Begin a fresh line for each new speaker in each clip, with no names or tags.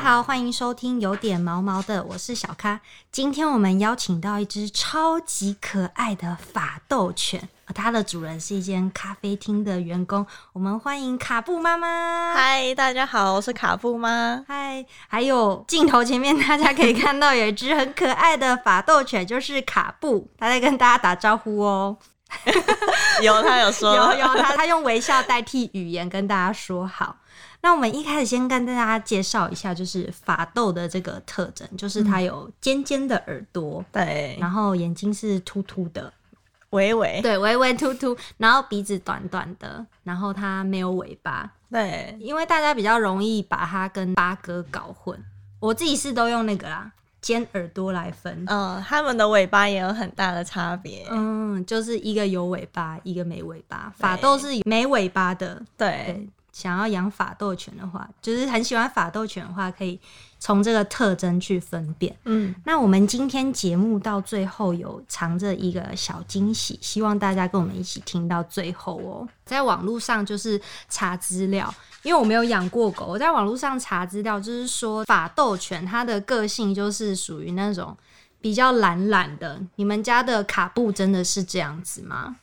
好，欢迎收听有点毛毛的，我是小咖。今天我们邀请到一只超级可爱的法斗犬，呃它的主人是一间咖啡厅的员工。我们欢迎卡布妈妈。
嗨，大家好，我是卡布妈。
嗨，还有镜头前面大家可以看到有一只很可爱的法斗犬，就是卡布，它在跟大家打招呼哦。
有，他有说，
有有，他他用微笑代替语言跟大家说好。那我们一开始先跟大家介绍一下，就是法斗的这个特征，就是它有尖尖的耳朵，
对，
然后眼睛是凸凸的，
微微，
对，微微凸凸，然后鼻子短短的，然后它没有尾巴，
对，
因为大家比较容易把它跟八哥搞混。我自己是都用那个啦，尖耳朵来分。
嗯，他们的尾巴也有很大的差别，
嗯，就是一个有尾巴，一个没尾巴。法斗是没尾巴的，
对，
对，想要养法斗犬的话，就是很喜欢法斗犬的话，可以从这个特征去分辨。
嗯，
那我们今天节目到最后有藏着一个小惊喜，希望大家跟我们一起听到最后哦。在网络上就是查资料，因为我没有养过狗，我在网络上查资料，就是说法斗犬它的个性就是属于那种比较懒懒的。你们家的卡布真的是这样子吗？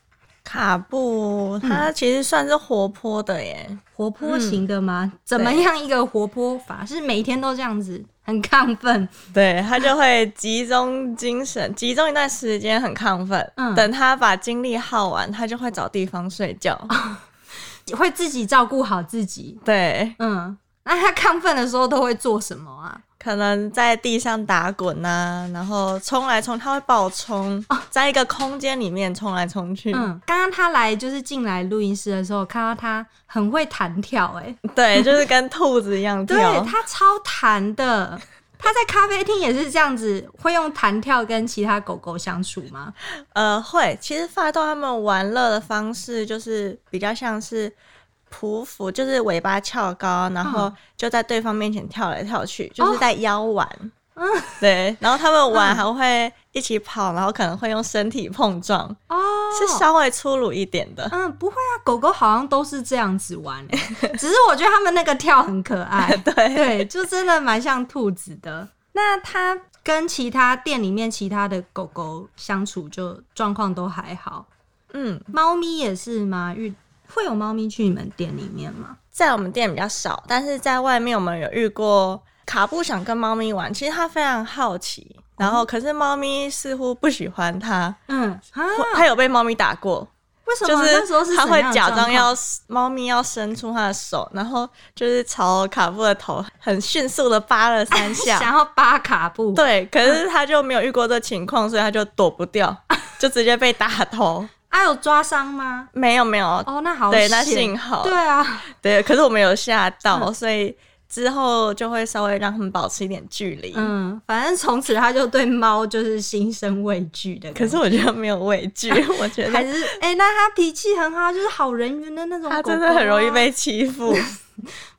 卡布它其实算是活泼的耶，
活泼型的吗？怎么样一个活泼法？是每天都这样子，很亢奋。
对，它就会集中精 神，集中一段时间很亢奋，
嗯
等它把精力耗完，它就会找地方睡觉，
会自己照顾好自己。
对，
嗯，那他亢奋的时候都会做什么啊？
可能在地上打滚呐、然后冲来冲，它会暴冲，在一个空间里面冲来冲去，
嗯，刚刚他来就是进来录音室的时候，看到他很会弹跳、欸，
对，就是跟兔子一样
对
跳。
他超弹的。他在咖啡厅也是这样子，会用弹跳跟其他狗狗相处吗？
呃，会。其实发豆他们玩乐的方式就是比较像是匍匐，就是尾巴翘高，然后就在对方面前跳来跳去，就是在腰玩。嗯对。然后他们玩还会一起跑，然后可能会用身体碰撞，
哦，
是稍微粗鲁一点的。
嗯，不会啊，狗狗好像都是这样子玩、欸， 只是我觉得他们那个跳很可爱。
对，
对，就真的蛮像兔子的。那它跟其他店里面其他的狗狗相处，就状况都还好。
嗯，
猫咪也是吗？遇会有猫咪去你们店里面吗？
在我们店比较少，但是在外面我们有遇过卡布想跟猫咪玩，其实它非常好奇，然后可是猫咪似乎不喜欢它，
嗯啊，
它有被猫咪打过。
为什
就
么
是
那时候是
他
怎
会
样的
假装
状况
要猫咪要伸出它的手，然后就是朝卡布的头很迅速的扒了 三下。
想要扒卡布？，
对，可是他就没有遇过这情况，所以他就躲不掉， 就直接被打头。
啊有抓伤吗？
没有没有，
哦，那好
对，那
险
幸好
对嗯啊，
对，可是我们有吓到，所以之后就会稍微让他们保持一点距离。
嗯，反正从此他就对猫就是心生畏惧的感觉。
可是我觉得没有畏 惧，我觉
还
得
是哎、那它脾气很好，就是好人缘的那种狗狗、
他
啊，
真的很容易被欺负。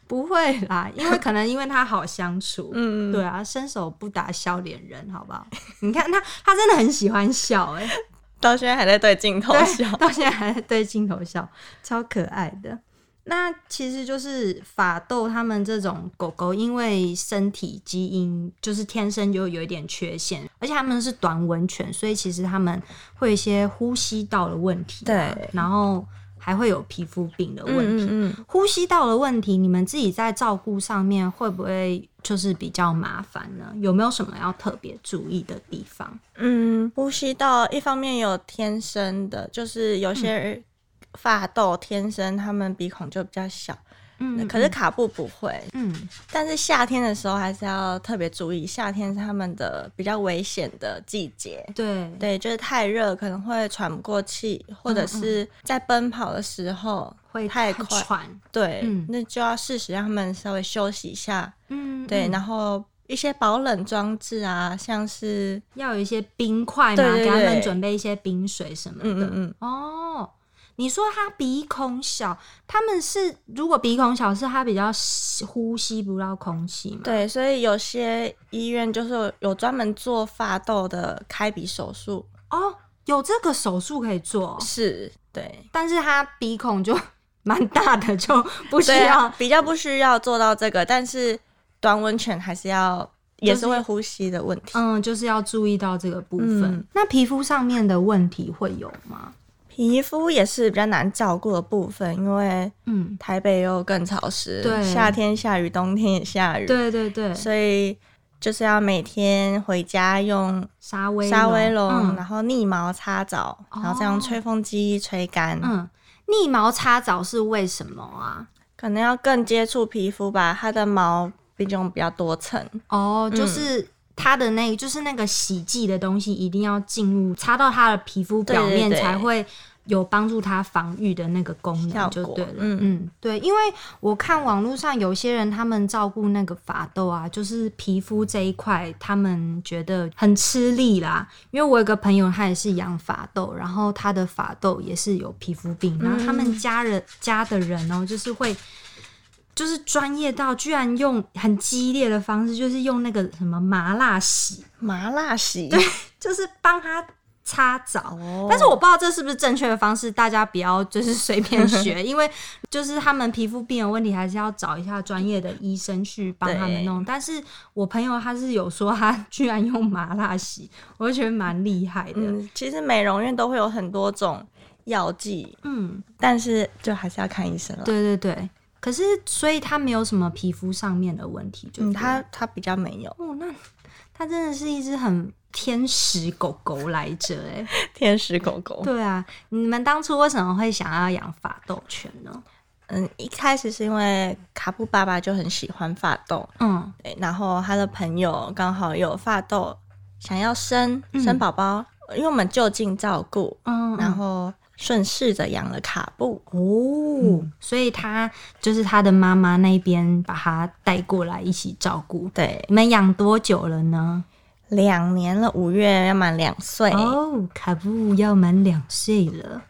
不会啦，因为可能因为它好相处，
嗯，
对啊，伸手不打笑脸人，好不好？你看他，他真的很喜欢笑、欸，哎，
到现在还在对镜头笑。
到现在还在对镜头笑，超可爱的。那其实就是法斗他们这种狗狗，因为身体基因就是天生就有一点缺陷，而且他们是短吻犬，所以其实他们会有一些呼吸道的问题、啊，
对
然后还会有皮肤病的问题。
嗯嗯，
呼吸道的问题，你们自己在照顾上面会不会就是比较麻烦呢？有没有什么要特别注意的地方？
嗯，呼吸道一方面有天生的，就是有
嗯
些发豆天生他们鼻孔就比较小，
嗯
可是卡布不会。
嗯
但是夏天的时候还是要特别注意，夏天是他们的比较危险的季节。
对
对，就是太热可能会喘不过气，或
嗯
者是在奔跑的时候
会
太
会
快。
喘，
对，
嗯
那就要适时让他们稍微休息一下。
嗯
对，
嗯
然后一些保冷装置啊，像是
要有一些冰块嘛，
对对
给他们
对
准备一些冰水什么的。
嗯嗯嗯，
哦，你说他鼻孔小，他们是如果鼻孔小，是他比较吸呼吸不到空气嘛？
对，所以有些医院就是有专门做发痘的开鼻手术，
哦，有这个手术可以做哦，
是对，
但是他鼻孔就 蛮大的，就不需
对啊
要
啊，比较不需要做到这个，但是短吻犬还是要
就
也
是
是会呼吸的问题。
嗯，就是要注意到这个部分。
嗯
那皮肤上面的问题会有吗？
皮肤也是比较难照顾的部分，因为
嗯，
台北又更潮湿，
对
夏天下雨，冬天也下雨，
对对对，
所以就是要每天回家用
沙威
沙威龙，啊
嗯
然后逆毛擦澡，
哦
然后再用吹风机吹干，
嗯，逆毛擦澡是为什么啊？
可能要更接触皮肤吧，它的毛毕竟比较多层，
哦，就
嗯
是它的那，就是那个洗剂的东西一定要进入擦到它的皮肤表面，
对对对
才会有帮助它防御的那个功
效
能，就
果
对了。
嗯
嗯，对，因为我看网络上有些人他们照顾那个法斗啊，就是皮肤这一块，他们觉得很吃力啦。因为我有个朋友，他也是养法斗，然后他的法斗也是有皮肤病，然后他们家人、家的人哦、就是会。就是专业到居然用很激烈的方式，就是用那个什么麻辣洗，
麻辣洗，
就是帮他擦澡。
哦
但是我不知道这是不是正确的方式，大家不要就是随便 学，因为就是他们皮肤病的问题，还是要找一下专业的医生去帮他们弄。但是我朋友他是有说他居然用麻辣洗，我就觉得蛮厉害的。嗯
嗯，其实美容院都会有很多种药剂，但是就还是要看医生了。
嗯对对对。可是所以他没有什么皮肤上面的问题，就
嗯，
是
它它比较没有
哦，那他真的是一只很天使狗狗来着哎、
天使狗狗。
对啊，你们当初为什么会想要养法斗犬呢？
嗯，一开始是因为卡布爸爸就很喜欢发豆，
嗯，
对，然后他的朋友刚好有发豆想要生
嗯
生宝宝，因为我们就近照顾，
嗯，
然后顺势的养了卡布。
哦，所以他就是他的妈妈那边把他带过来一起照顾。
对，
你们养多久了呢？
两年了，五月要满两岁，
哦，卡布要满两岁了。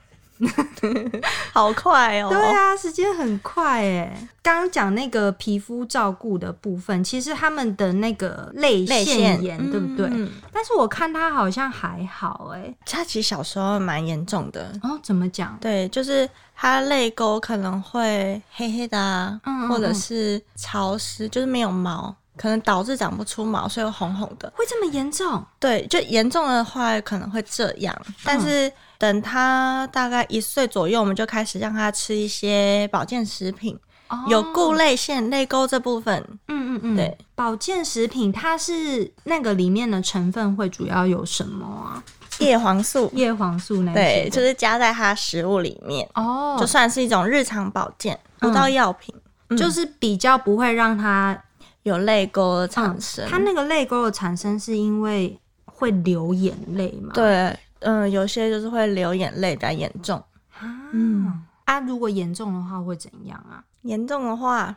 好快哦！
对啊，时间很快哎。刚刚讲那个皮肤照顾的部分，其实他们的那个泪
泪
腺
腺
炎，对不对？
嗯
但是我看他好像还好哎。
他其实小时候蛮严重的，
哦，怎么讲？
对，就是它泪沟可能会黑黑的啊，
嗯嗯
或者
嗯
是潮湿，就是没有毛，可能导致长不出毛，所以红红的。
会这么严重？
对，就严重的话可能会这样，
嗯
但是等它大概一岁左右，我们就开始让它吃一些保健食品，
哦
有固泪腺、泪沟这部分。
嗯嗯嗯，
对。
保健食品它是那个里面的成分会主要有什么啊？
叶黄素，
叶黄素那些
对
的，
就是加在它食物里面，
哦，
就
就是
算是一种日常保健，
嗯
不到药品。嗯
就是比较不会让它
有泪沟的
嗯
产生，
它那个泪沟的产生是因为会流眼泪嘛？
对，嗯，有些就是会流眼泪比较严重，
啊，
嗯
啊，如果严重的话会怎样啊？
严重的话，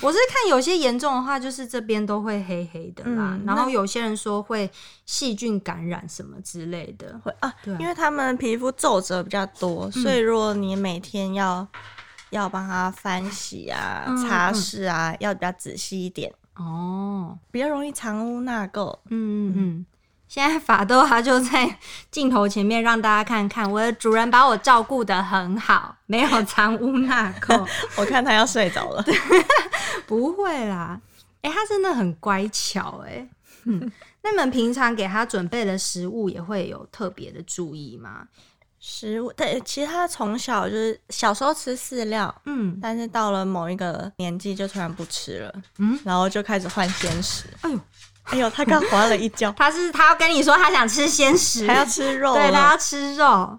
我是看有些严重的话，就是这边都会黑黑的啦，
嗯
然
那
后有些人说会细菌感染什么之类的。
会啊，
对啊嗯
因为他们皮肤皱褶比较多，所以如果你每天要要帮它翻洗啊、
嗯
擦
嗯
拭啊，要比较仔细一点，
哦，
比较容易藏污纳垢。
嗯嗯嗯，现在法斗他就在镜头前面让大家看看，我的主人把我照顾的很好，没有藏污纳垢，
我看它要睡着 了，
不会啦。哎、他真的很乖巧哎、 嗯，那你们平常给他准备的食物也会有特别的注意吗？
食物对，其实它从小就是小时候吃饲料。
嗯，
但是到了某一个年纪，就突然不吃了，
嗯
嗯，然后就开始换鲜食。
哎呦，，
哎呦，它刚滑了一跤
他是他要跟你说他想吃鲜食，
还要吃肉
对
了，
他要吃肉。啊，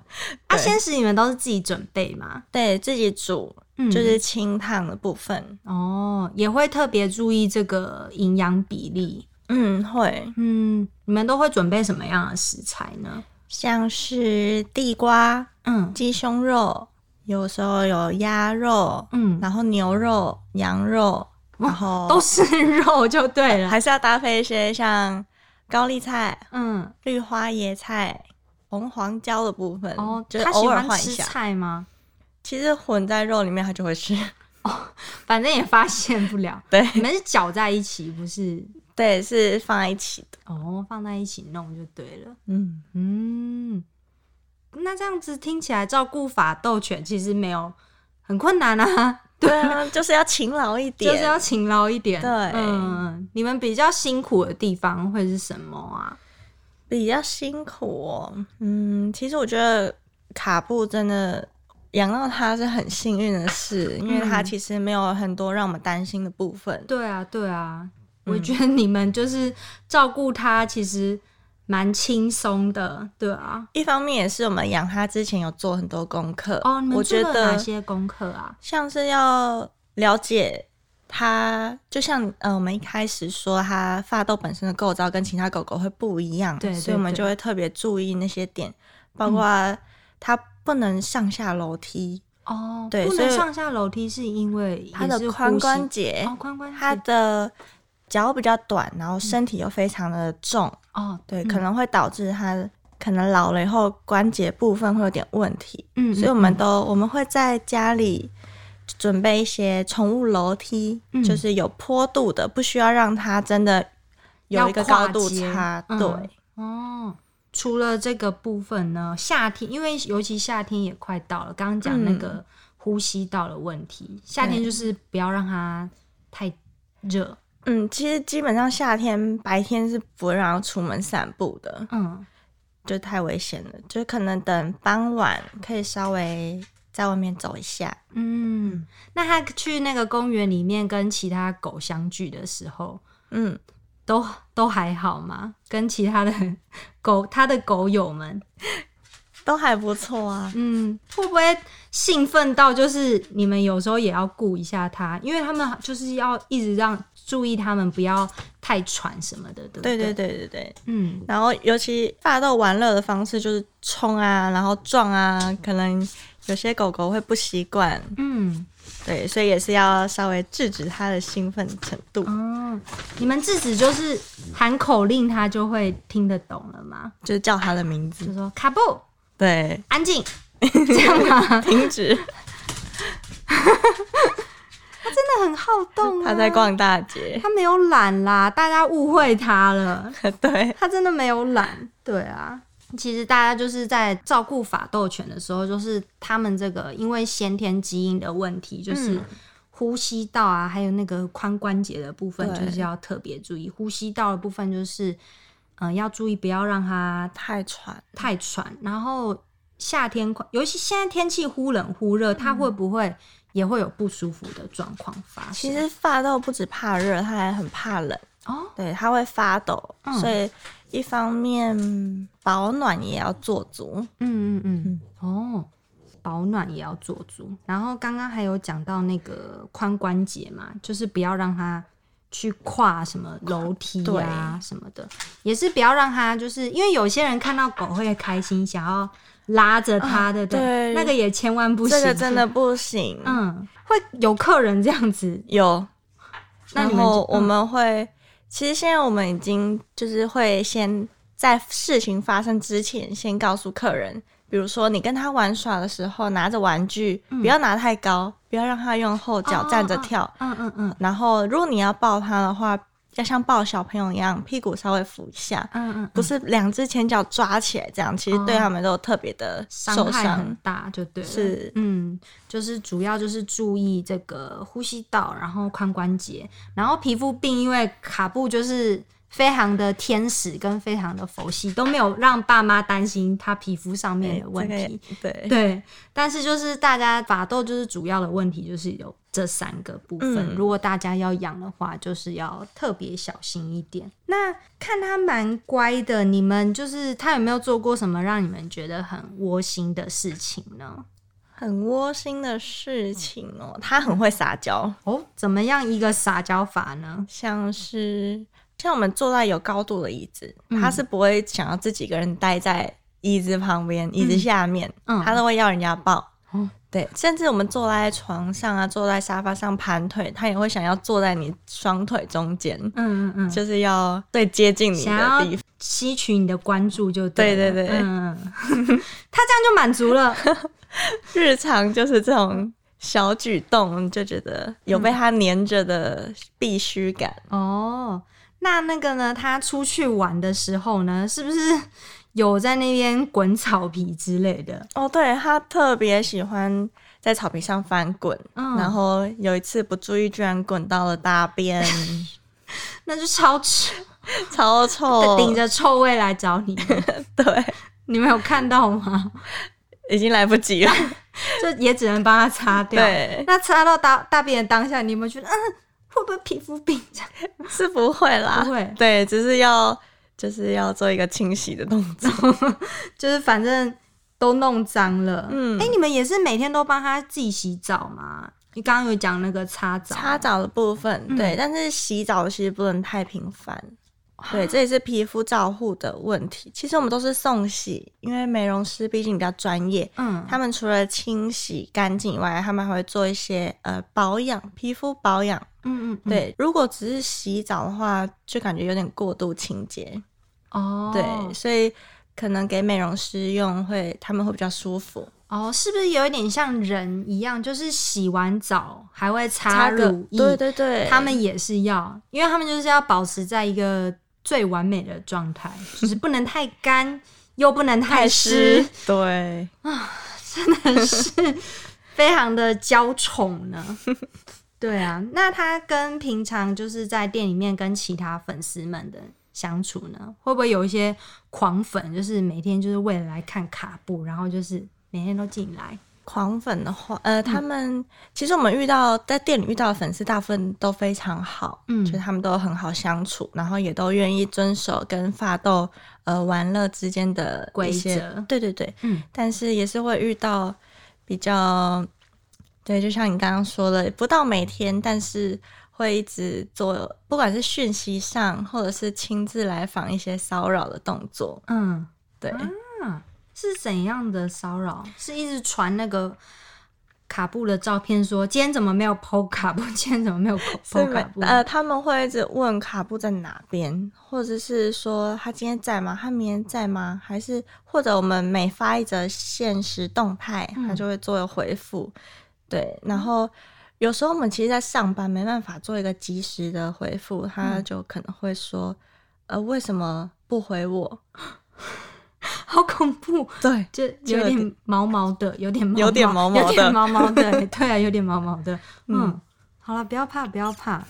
对
鲜食你们都是自己准备吗？
对自己煮，
嗯
就是清烫的部分。
哦，也会特别注意这个营养比例。
嗯，会
嗯，你们都会准备什么样的食材呢？
像是地瓜、
嗯
鸡胸肉，有时候有鸭肉，
嗯，
然后牛肉、羊肉，然后
都是肉就对了。
还是要搭配一些像高丽菜、
嗯，
绿花椰菜、红黄椒的部分。
哦，
嗯就是
他喜
偶尔
欢
换一
吃
下。
菜吗？
其实混在肉里面，它就会吃。
反正也发现不了。
对
你们是搅在一起，不是？
对，是放在一起的。
哦，放在一起弄就对了。
嗯，
嗯，那这样子听起来照顾法斗犬其实没有很困难啊。
对啊，就是要勤劳一 点，
就是要勤劳一点。
对
嗯，你们比较辛苦的地方会是什么啊？
比较辛苦哦。嗯，其实我觉得卡布真的养到它是很幸运的事，因为它其实没有很多让我们担心的部分。
对啊，对啊，
嗯
我觉得你们就是照顾他，其实蛮轻松的，对啊。
一方面也是我们养它之前有做很多功课，
哦，你们
我
做
觉
了哪
得
些功课啊？
像是要了解它，就像呃，我们一开始说它发豆本身的构造跟其他狗狗会不一样，
对
所
对
以我们
对嗯
就会特别注意那些点，包括它不能上下楼梯，
哦，
对
不
所
能
以
上下楼梯是因为
它
也是
的
呼
髋
吸
关节，
哦，髋关节
它的脚比较短，然后身体又非常的重，
哦，
对，
嗯
可能会导致它可能老了以后关节部分会有点问题，
嗯，
所以我们
嗯
都我们会在家里准备一些宠物楼梯，
嗯
就是有坡度的，不需要让它真的有一个高度
要
差
跨。界
对，
嗯哦，除了这个部分呢，夏天因为尤其夏天也快到了，刚刚讲那
嗯
个呼吸道的问题，夏天
对
就是不要让它太热，
嗯，其实基本上夏天白天是不会让它出门散步的，
嗯，
就太危险了。就是可能等傍晚可以稍微在外面走一下。
嗯，那他去那个公园里面跟其他狗相聚的时候，
嗯，
都都还好吗？跟其他的 狗，他的狗友们，
都还不错啊。
嗯，会不会兴奋到就是你们有时候也要顾一下他，因为他们就是要一直让注意他们不要太喘什么的，对不嗯
对对
对，
对对对，
嗯，
然后尤其发豆玩乐的方式就是冲啊，然后撞啊，可能有些狗狗会不习惯，
嗯，
对，所以也是要稍微制止它的兴奋程度。
哦，你们制止就是喊口令，他就会听得懂了吗？
就是叫它的名字
就，说卡布，
对，
安静，这样吗？
停止。
真的很好动、啊。
它在，逛大街，
他没有懒啦，大家误会他了，
对，
他真的没有懒。对啊，其实大家就是在照顾法斗犬的时候，就是他们这个因为先天基因的问题，就是。呼吸道啊，还有那个髋关节的部分，
对
就是要特别注意。呼吸道的部分就是，嗯、要注意不要让它
太喘。
太喘。然后夏天快，尤其现在天气忽冷忽热，它会不会也会有不舒服的状况发生？
其实发豆不止怕热，它还很怕冷，
哦，
对，它会发抖，
嗯
所以一方面保暖也要做足。
嗯嗯嗯，哦，保暖也要做足。然后刚刚还有讲到那个髋关节嘛，就是不要让它去跨什么楼梯啊什么的，也是不要让它就是因为有些人看到狗会开心，想要拉着它的，不
啊对
那个也千万不行。
这个真的不行，
嗯，会有客人这样子，
有。
那你
然
们
后
就
我们会，其实现在我们已经就是会先在事情发生之前，先告诉客人，比如说你跟他玩耍的时候，拿着玩具、
嗯
不要拿太高，不要让他用后脚
哦
站着跳。
嗯嗯嗯
然后如果你要抱他的话，要像抱小朋友一样，屁股稍微扶一下。
嗯嗯，
不是两只前脚抓起来这样，其实对
哦
他们都特别的
伤
受
害很
伤。
大，就对了。
是
嗯，就是主要就是注意这个呼吸道，然后髋关节，然后皮肤病，因为卡布就是非常的天使跟非常的佛系，都没有让爸妈担心他皮肤上面的问
哎
题。
这个也对，
对，但是就是大家法斗就是主要的问题就是有这三个部分，
嗯
如果大家要养的话，就是要特别小心一点。那看它蛮乖的，你们就是它有没有做过什么让你们觉得很窝心的事情呢？
很窝心的事情哦。他很会撒娇，
哦，怎么样一个撒娇法呢？
像是像我们坐在有高度的椅子，
嗯
他是不会想要自己一个人待在椅子旁边、椅子下面，
嗯
他都会要人家抱。
哦
对，甚至我们坐在床上啊，坐在沙发上盘腿，他也会想要坐在你双腿中间，
嗯嗯嗯，
就是要最接近你
想
的
要
地方。
吸取你的关注就对了。
对对对
嗯， 他这样就满足了。
日常就是这种小举动，就觉得有
嗯
被他黏着的必须感。
哦，那那个呢？他出去玩的时候呢，是不是 有在那边滚草皮之类的。
哦，对，他特别喜欢在草皮上翻滚，
嗯
然后有一次不注意，居然滚到了大便，
那就超臭，
超臭，
顶着臭味来找你们，
对，
你们有看到吗？
已经来不及了，
就也只能帮他擦掉。
对，
那擦到大大便的当下，你有没有觉得，嗯，会不会皮肤病？
是不会啦，
不会
对，只是要就是要做一个清洗的动作，啊
就是反正都弄脏了。嗯，
嗯
哎、你们也是每天都帮他自己洗澡吗？你刚刚有讲那个擦澡，
擦澡的部分，
嗯
对，但是洗澡其实不能太频繁。对，这也是皮肤照护的问题。其实我们都是送洗，因为美容师毕竟比较专业，
嗯，
他们除了清洗干净以外，他们还会做一些呃保养，皮肤保养。
嗯嗯，嗯，
对，如果只是洗澡的话，就感觉有点过度清洁。
哦，
对，所以可能给美容师用会，他们会比较舒服。
哦，是不是有一点像人一样，就是洗完澡还会擦
个
乳液？
对对对，
他们也是要，因为他们就是要保持在一个最完美的状态，就是不能太干，又不能太湿，，
对，
非常的娇宠呢。 对啊，那他跟平常就是在店里面跟其他粉丝们的相处呢，会不会有一些狂粉，就是每天就是为了来看卡布，然后就是每天都进来？
狂粉的话，
嗯
呃，他们、其实我们遇到在店里遇到的粉丝，大部分都非常好，
嗯
就是他们都很好相处，然后也都愿意遵守跟发豆呃玩乐之间的
规
一些
则
对对对，
嗯，
但是也是会遇到比较，对，就像你刚刚说的，不到每天，但是会一直做，不管是讯息上，或者是亲自来访一些骚扰的动作，
嗯，
对，
是怎样的骚扰？是一直传那个卡布的照片说今天怎么没有 PO 卡布，今天怎么没有 PO 卡
每
布？
呃，他们会一直问卡布在哪边，或者是说他今天在吗？他明天在吗？还是或者我们每发一则现实动态，
嗯
他就会做回复。对，然后有时候我们其实，在上班没办法做一个及时的回复，
嗯
他就可能会说，呃，为什么不回我？
好恐怖！
对，
就有
就有
点毛毛的，有点毛
有点毛毛的
有点毛毛 的，对啊，有点毛毛的。嗯，
嗯
好了，不要怕，不要怕，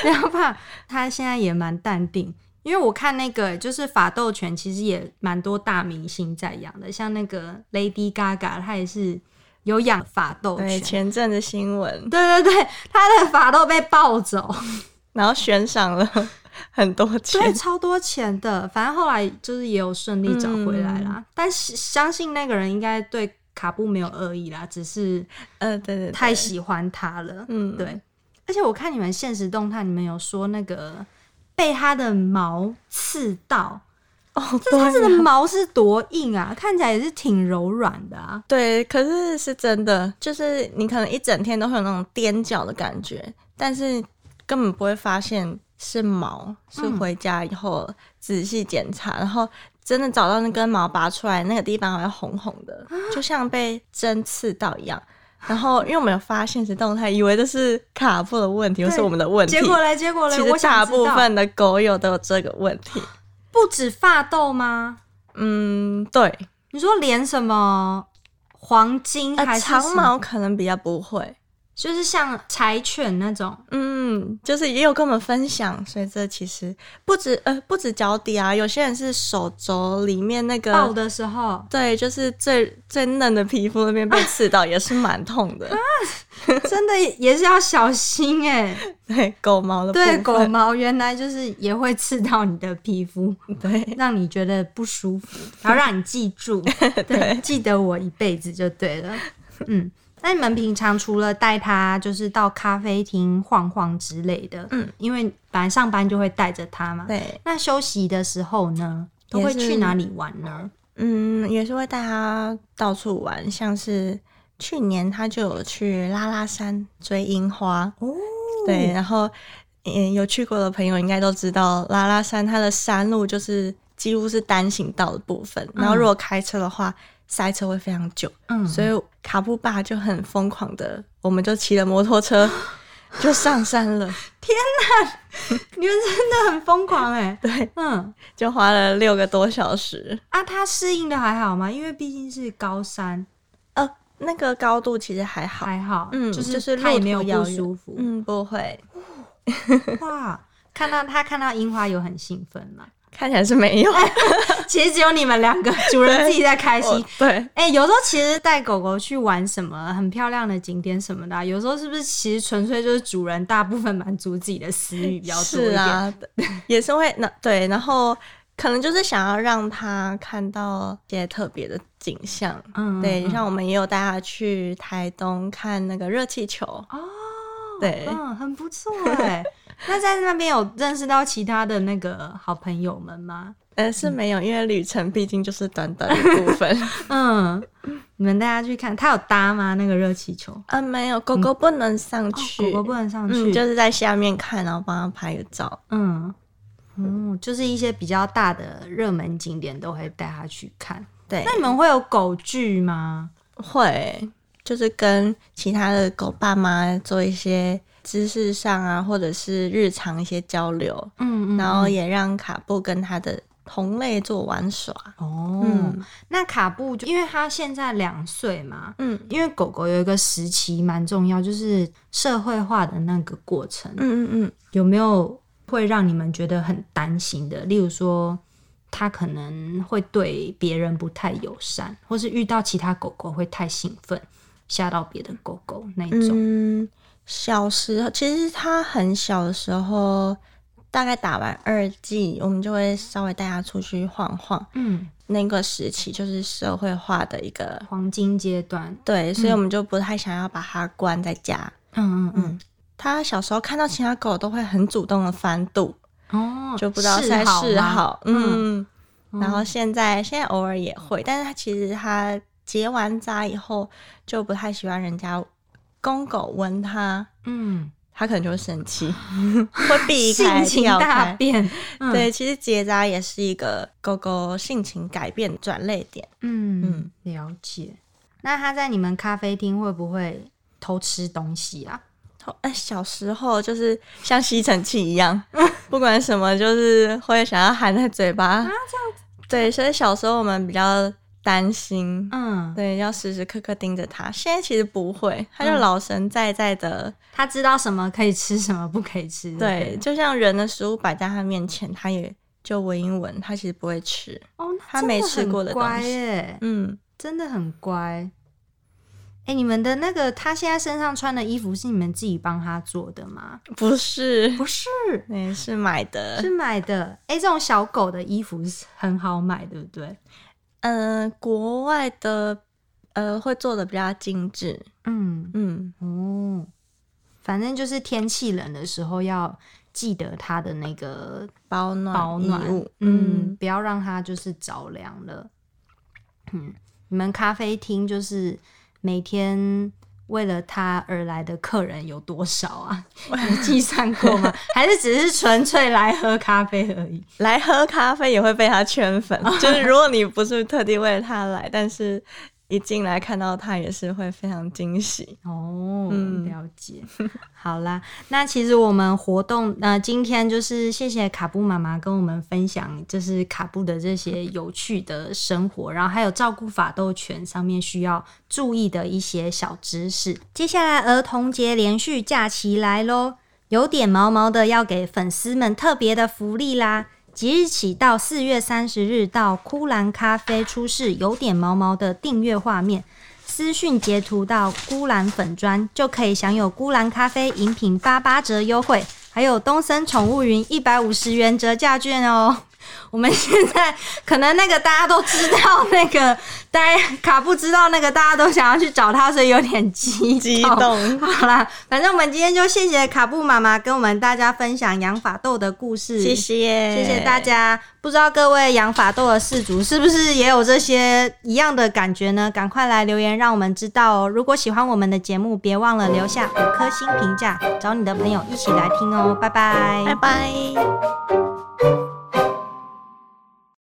不要怕。他现在也蛮淡定，因为我看那个就是法斗拳，其实也蛮多大明星在养的，像那个 Lady Gaga，她也是有养法斗
对，
拳。
前阵子新闻，
对对对，她的法斗被抱 走，
然后悬赏了很多钱
对，，超多钱的。反正后来就是也有顺利找回来啦，
嗯
但是相信那个人应该对卡布没有恶意啦，只是
嗯、对对对，
太喜欢他了。
嗯，
对，而且我看你们现实动态，你们有说那个被他的毛刺到，
哦，
但是他
对
这个毛是多硬啊，看起来也是挺柔软的啊。
对，可是是真的，就是你可能一整天都会有那种踮脚的感觉，但是根本不会发现是毛，是
嗯
回家以后仔细检查，然后真的找到那根毛拔出来，那个地方还会红红的，
啊
就像被针刺到一样。然后，因为我们有发现实动态，以为这是卡布的问题，或是
对
我们的问题。
结果嘞，结果嘞，
其
我
实大
想知
部
道，
分的狗友都有这个问题。
不止发豆吗？
嗯，对，
你说连什么黄金还
呃，
是什么、
长毛可能比较不会。
就是像柴犬那种，
嗯，就是也有跟我们分享，所以这其实不止呃不止脚底啊，有些人是手肘里面那
抱
个，，
的时候
对，就是最最嫩的皮肤那边被刺到，也是蛮痛的。
真的也是要小心哎、
对，狗毛的部
对，
分
狗毛原来就是也会刺到你的皮 肤，
对
让你觉得不舒服，然后让你记 住，对，记得我一辈子就对了。嗯，那你们平常除了带它就是到咖啡厅晃晃之类的，嗯
嗯，
因为本来上班就会带着它嘛，
对，
那休息的时候呢，都
也
会
是
去哪里玩呢？
嗯，也是会带它到处玩，像是去年它就有去拉拉山追樱花，
哦，
对，然后嗯，有去过的朋友应该都知道，拉拉山它的山路就是几乎是单行道的部分，然后如果开车的话，塞车会非常久，
嗯，
所以卡布爸就很疯狂的，我们就骑了摩托车就上山了。
你们真的很疯狂哎、
对，
嗯，
就花了六个多小时。
啊，他适应的还好吗？因为毕竟是高山，
呃，那个高度其实还好，
还好，
嗯
就
就是
他也没有
路
不
途遥远
舒服。
嗯，不会，
哇，看到他看到樱花有很兴奋嘛？
看起来是没有。
其实只有你们两个主人自己在开
我
心。
哦对，
哎、有时候其实带狗狗去玩什么很漂亮的景点什么的啊、有时候是不是其实纯粹就是主人大部分满足自己的私欲比较多一
是
点？
啊，也是会那对，然后可能就是想要让他看到一些特别的景象。
嗯，嗯，
对，
嗯
像我们也有带他去台东看那个热气球，
哦，
对
嗯，很不错哎、那在那边有认识到其他的那个好朋友们吗？
呃，是没有，因为旅程毕竟就是短短的 部分。
嗯，你们大家去看，他有搭吗？那个热气球？哦，
啊，没有，狗狗不能上去，
狗狗不能上去，
嗯，就是在下面看，然后帮他拍个照。
嗯，嗯，就是一些比较大的热门景点都会带他去看。
对
那，你们会有狗剧吗？
会就是跟其他的狗爸妈做一些知识上啊，或者是日常一些交流，
嗯
然后也让卡布跟他的同类做玩耍。
哦，
嗯
那卡布就因为他现在两岁嘛，
嗯
因为狗狗有一个时期蛮重要，就是社会化的那个过程，
嗯嗯嗯，
有没有会让你们觉得很担心的？例如说。他可能会对别人不太友善，或是遇到其他狗狗会太兴奋，吓到别的狗狗那一种。
嗯，小时候其实他很小的时候，大概打完二季，我们就会稍微带他出去晃晃。
嗯，
那个时期就是社会化的一个，
黄金阶段，
对，所以我们就不太想要把它关在家。
嗯嗯
他小时候看到其他狗都会很主动的翻肚，
嗯，哦，哦
就不知道是在
示好
示
吗，
好，嗯，
嗯
然后现在现在偶尔也会，但是他其实他结完扎以后就不太喜欢人家公狗闻他，
嗯，
他可能就会生 气，会避
性
开
情
跳
大
开。
变，嗯，
对，其实结扎也是一个狗狗性情改变转泪点。
嗯
嗯，
了解。那他在你们咖啡厅会不会偷吃东西啊？
哦哎，小时候就是像吸尘器一样， 不管什么就是会想要含在嘴巴啊，这样子。对，所以小时候我们比较担心，
嗯，
对，要时时刻刻盯着它。现在其实不会，它就
嗯
老神在在的，
他知道什么可以吃，什么不可以吃。
对，，就像人的食物摆在它面前，它也就闻一闻，它其实不会吃。
哦，那
他
真
没
的
吃
很
过的东
乖
西
耶，
嗯，
真的很乖。哎，你们的那个他现在身上穿的衣服是你们自己帮他做的吗？
不是，
不是，
对，是买的
是。买的。哎，这种小狗的衣服是很好买，对不对？
嗯、国外的呃会做的比较精致，
嗯，
嗯，
哦，反正就是天气冷的时候要记得它的那个
保暖
保
衣
暖
物，，
嗯，不要让它就是着凉了。嗯，你们咖啡厅就是每天为了它而来的客人有多少啊？有计算过吗？还是只是纯粹来喝咖啡而已？
来喝咖啡也会被他圈 粉，就是如果你不是特地为了他来，但是一进来看到他也是会非常惊 喜。
哦，
嗯
了解。 好啦，那其实我们活动呃，今天就是谢谢卡布妈妈跟我们分享，就是卡布的这些有趣的生活，然后还有照顾法斗犬上面需要注意的一些小知识。接下来儿童节连续假期来喽，有点毛毛的要给粉丝们特别的福利啦！即日起到四月三十日，到酷兰咖啡出示有点毛毛的订阅画面。私讯截图到孤兰粉砖，就可以享有孤兰咖啡饮品八八折优惠，还有东森宠物云一百五十元折价券哦。我们现在可能那个大家都知道，那个大家卡布知道那个大家都想要去找他，所以有点激
激动，
好啦，反正我们今天就谢谢卡布妈妈跟我们大家分享养法豆的故事，
谢谢，
谢谢大。家。不知道各位养法豆的饲主是不是也有这些一样的感觉呢？赶快来留言让我们知道哦。如果喜欢我们的节目，别忘了留下五颗星评价，找你的朋友一起来听哦。拜拜，
拜拜。